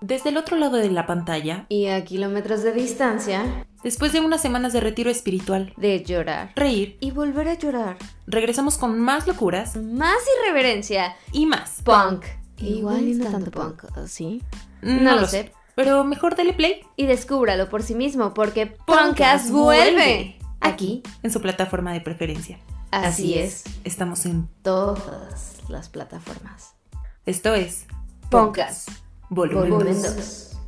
desde el otro lado de la pantalla, Y a kilómetros de distancia, después de unas semanas de retiro espiritual, de llorar. reír, Y volver a llorar. regresamos con más locuras Más irreverencia. y más. Punk. Igual y no tanto punk, ¿sí? No, lo lo sé. sé. Pero mejor dale play Y descúbralo por sí mismo, porque Punkas vuelve. Aquí, en su plataforma de preferencia. así es, Estamos en... todas las plataformas. Esto es... Punkas. Volumen Volumen dos. dos.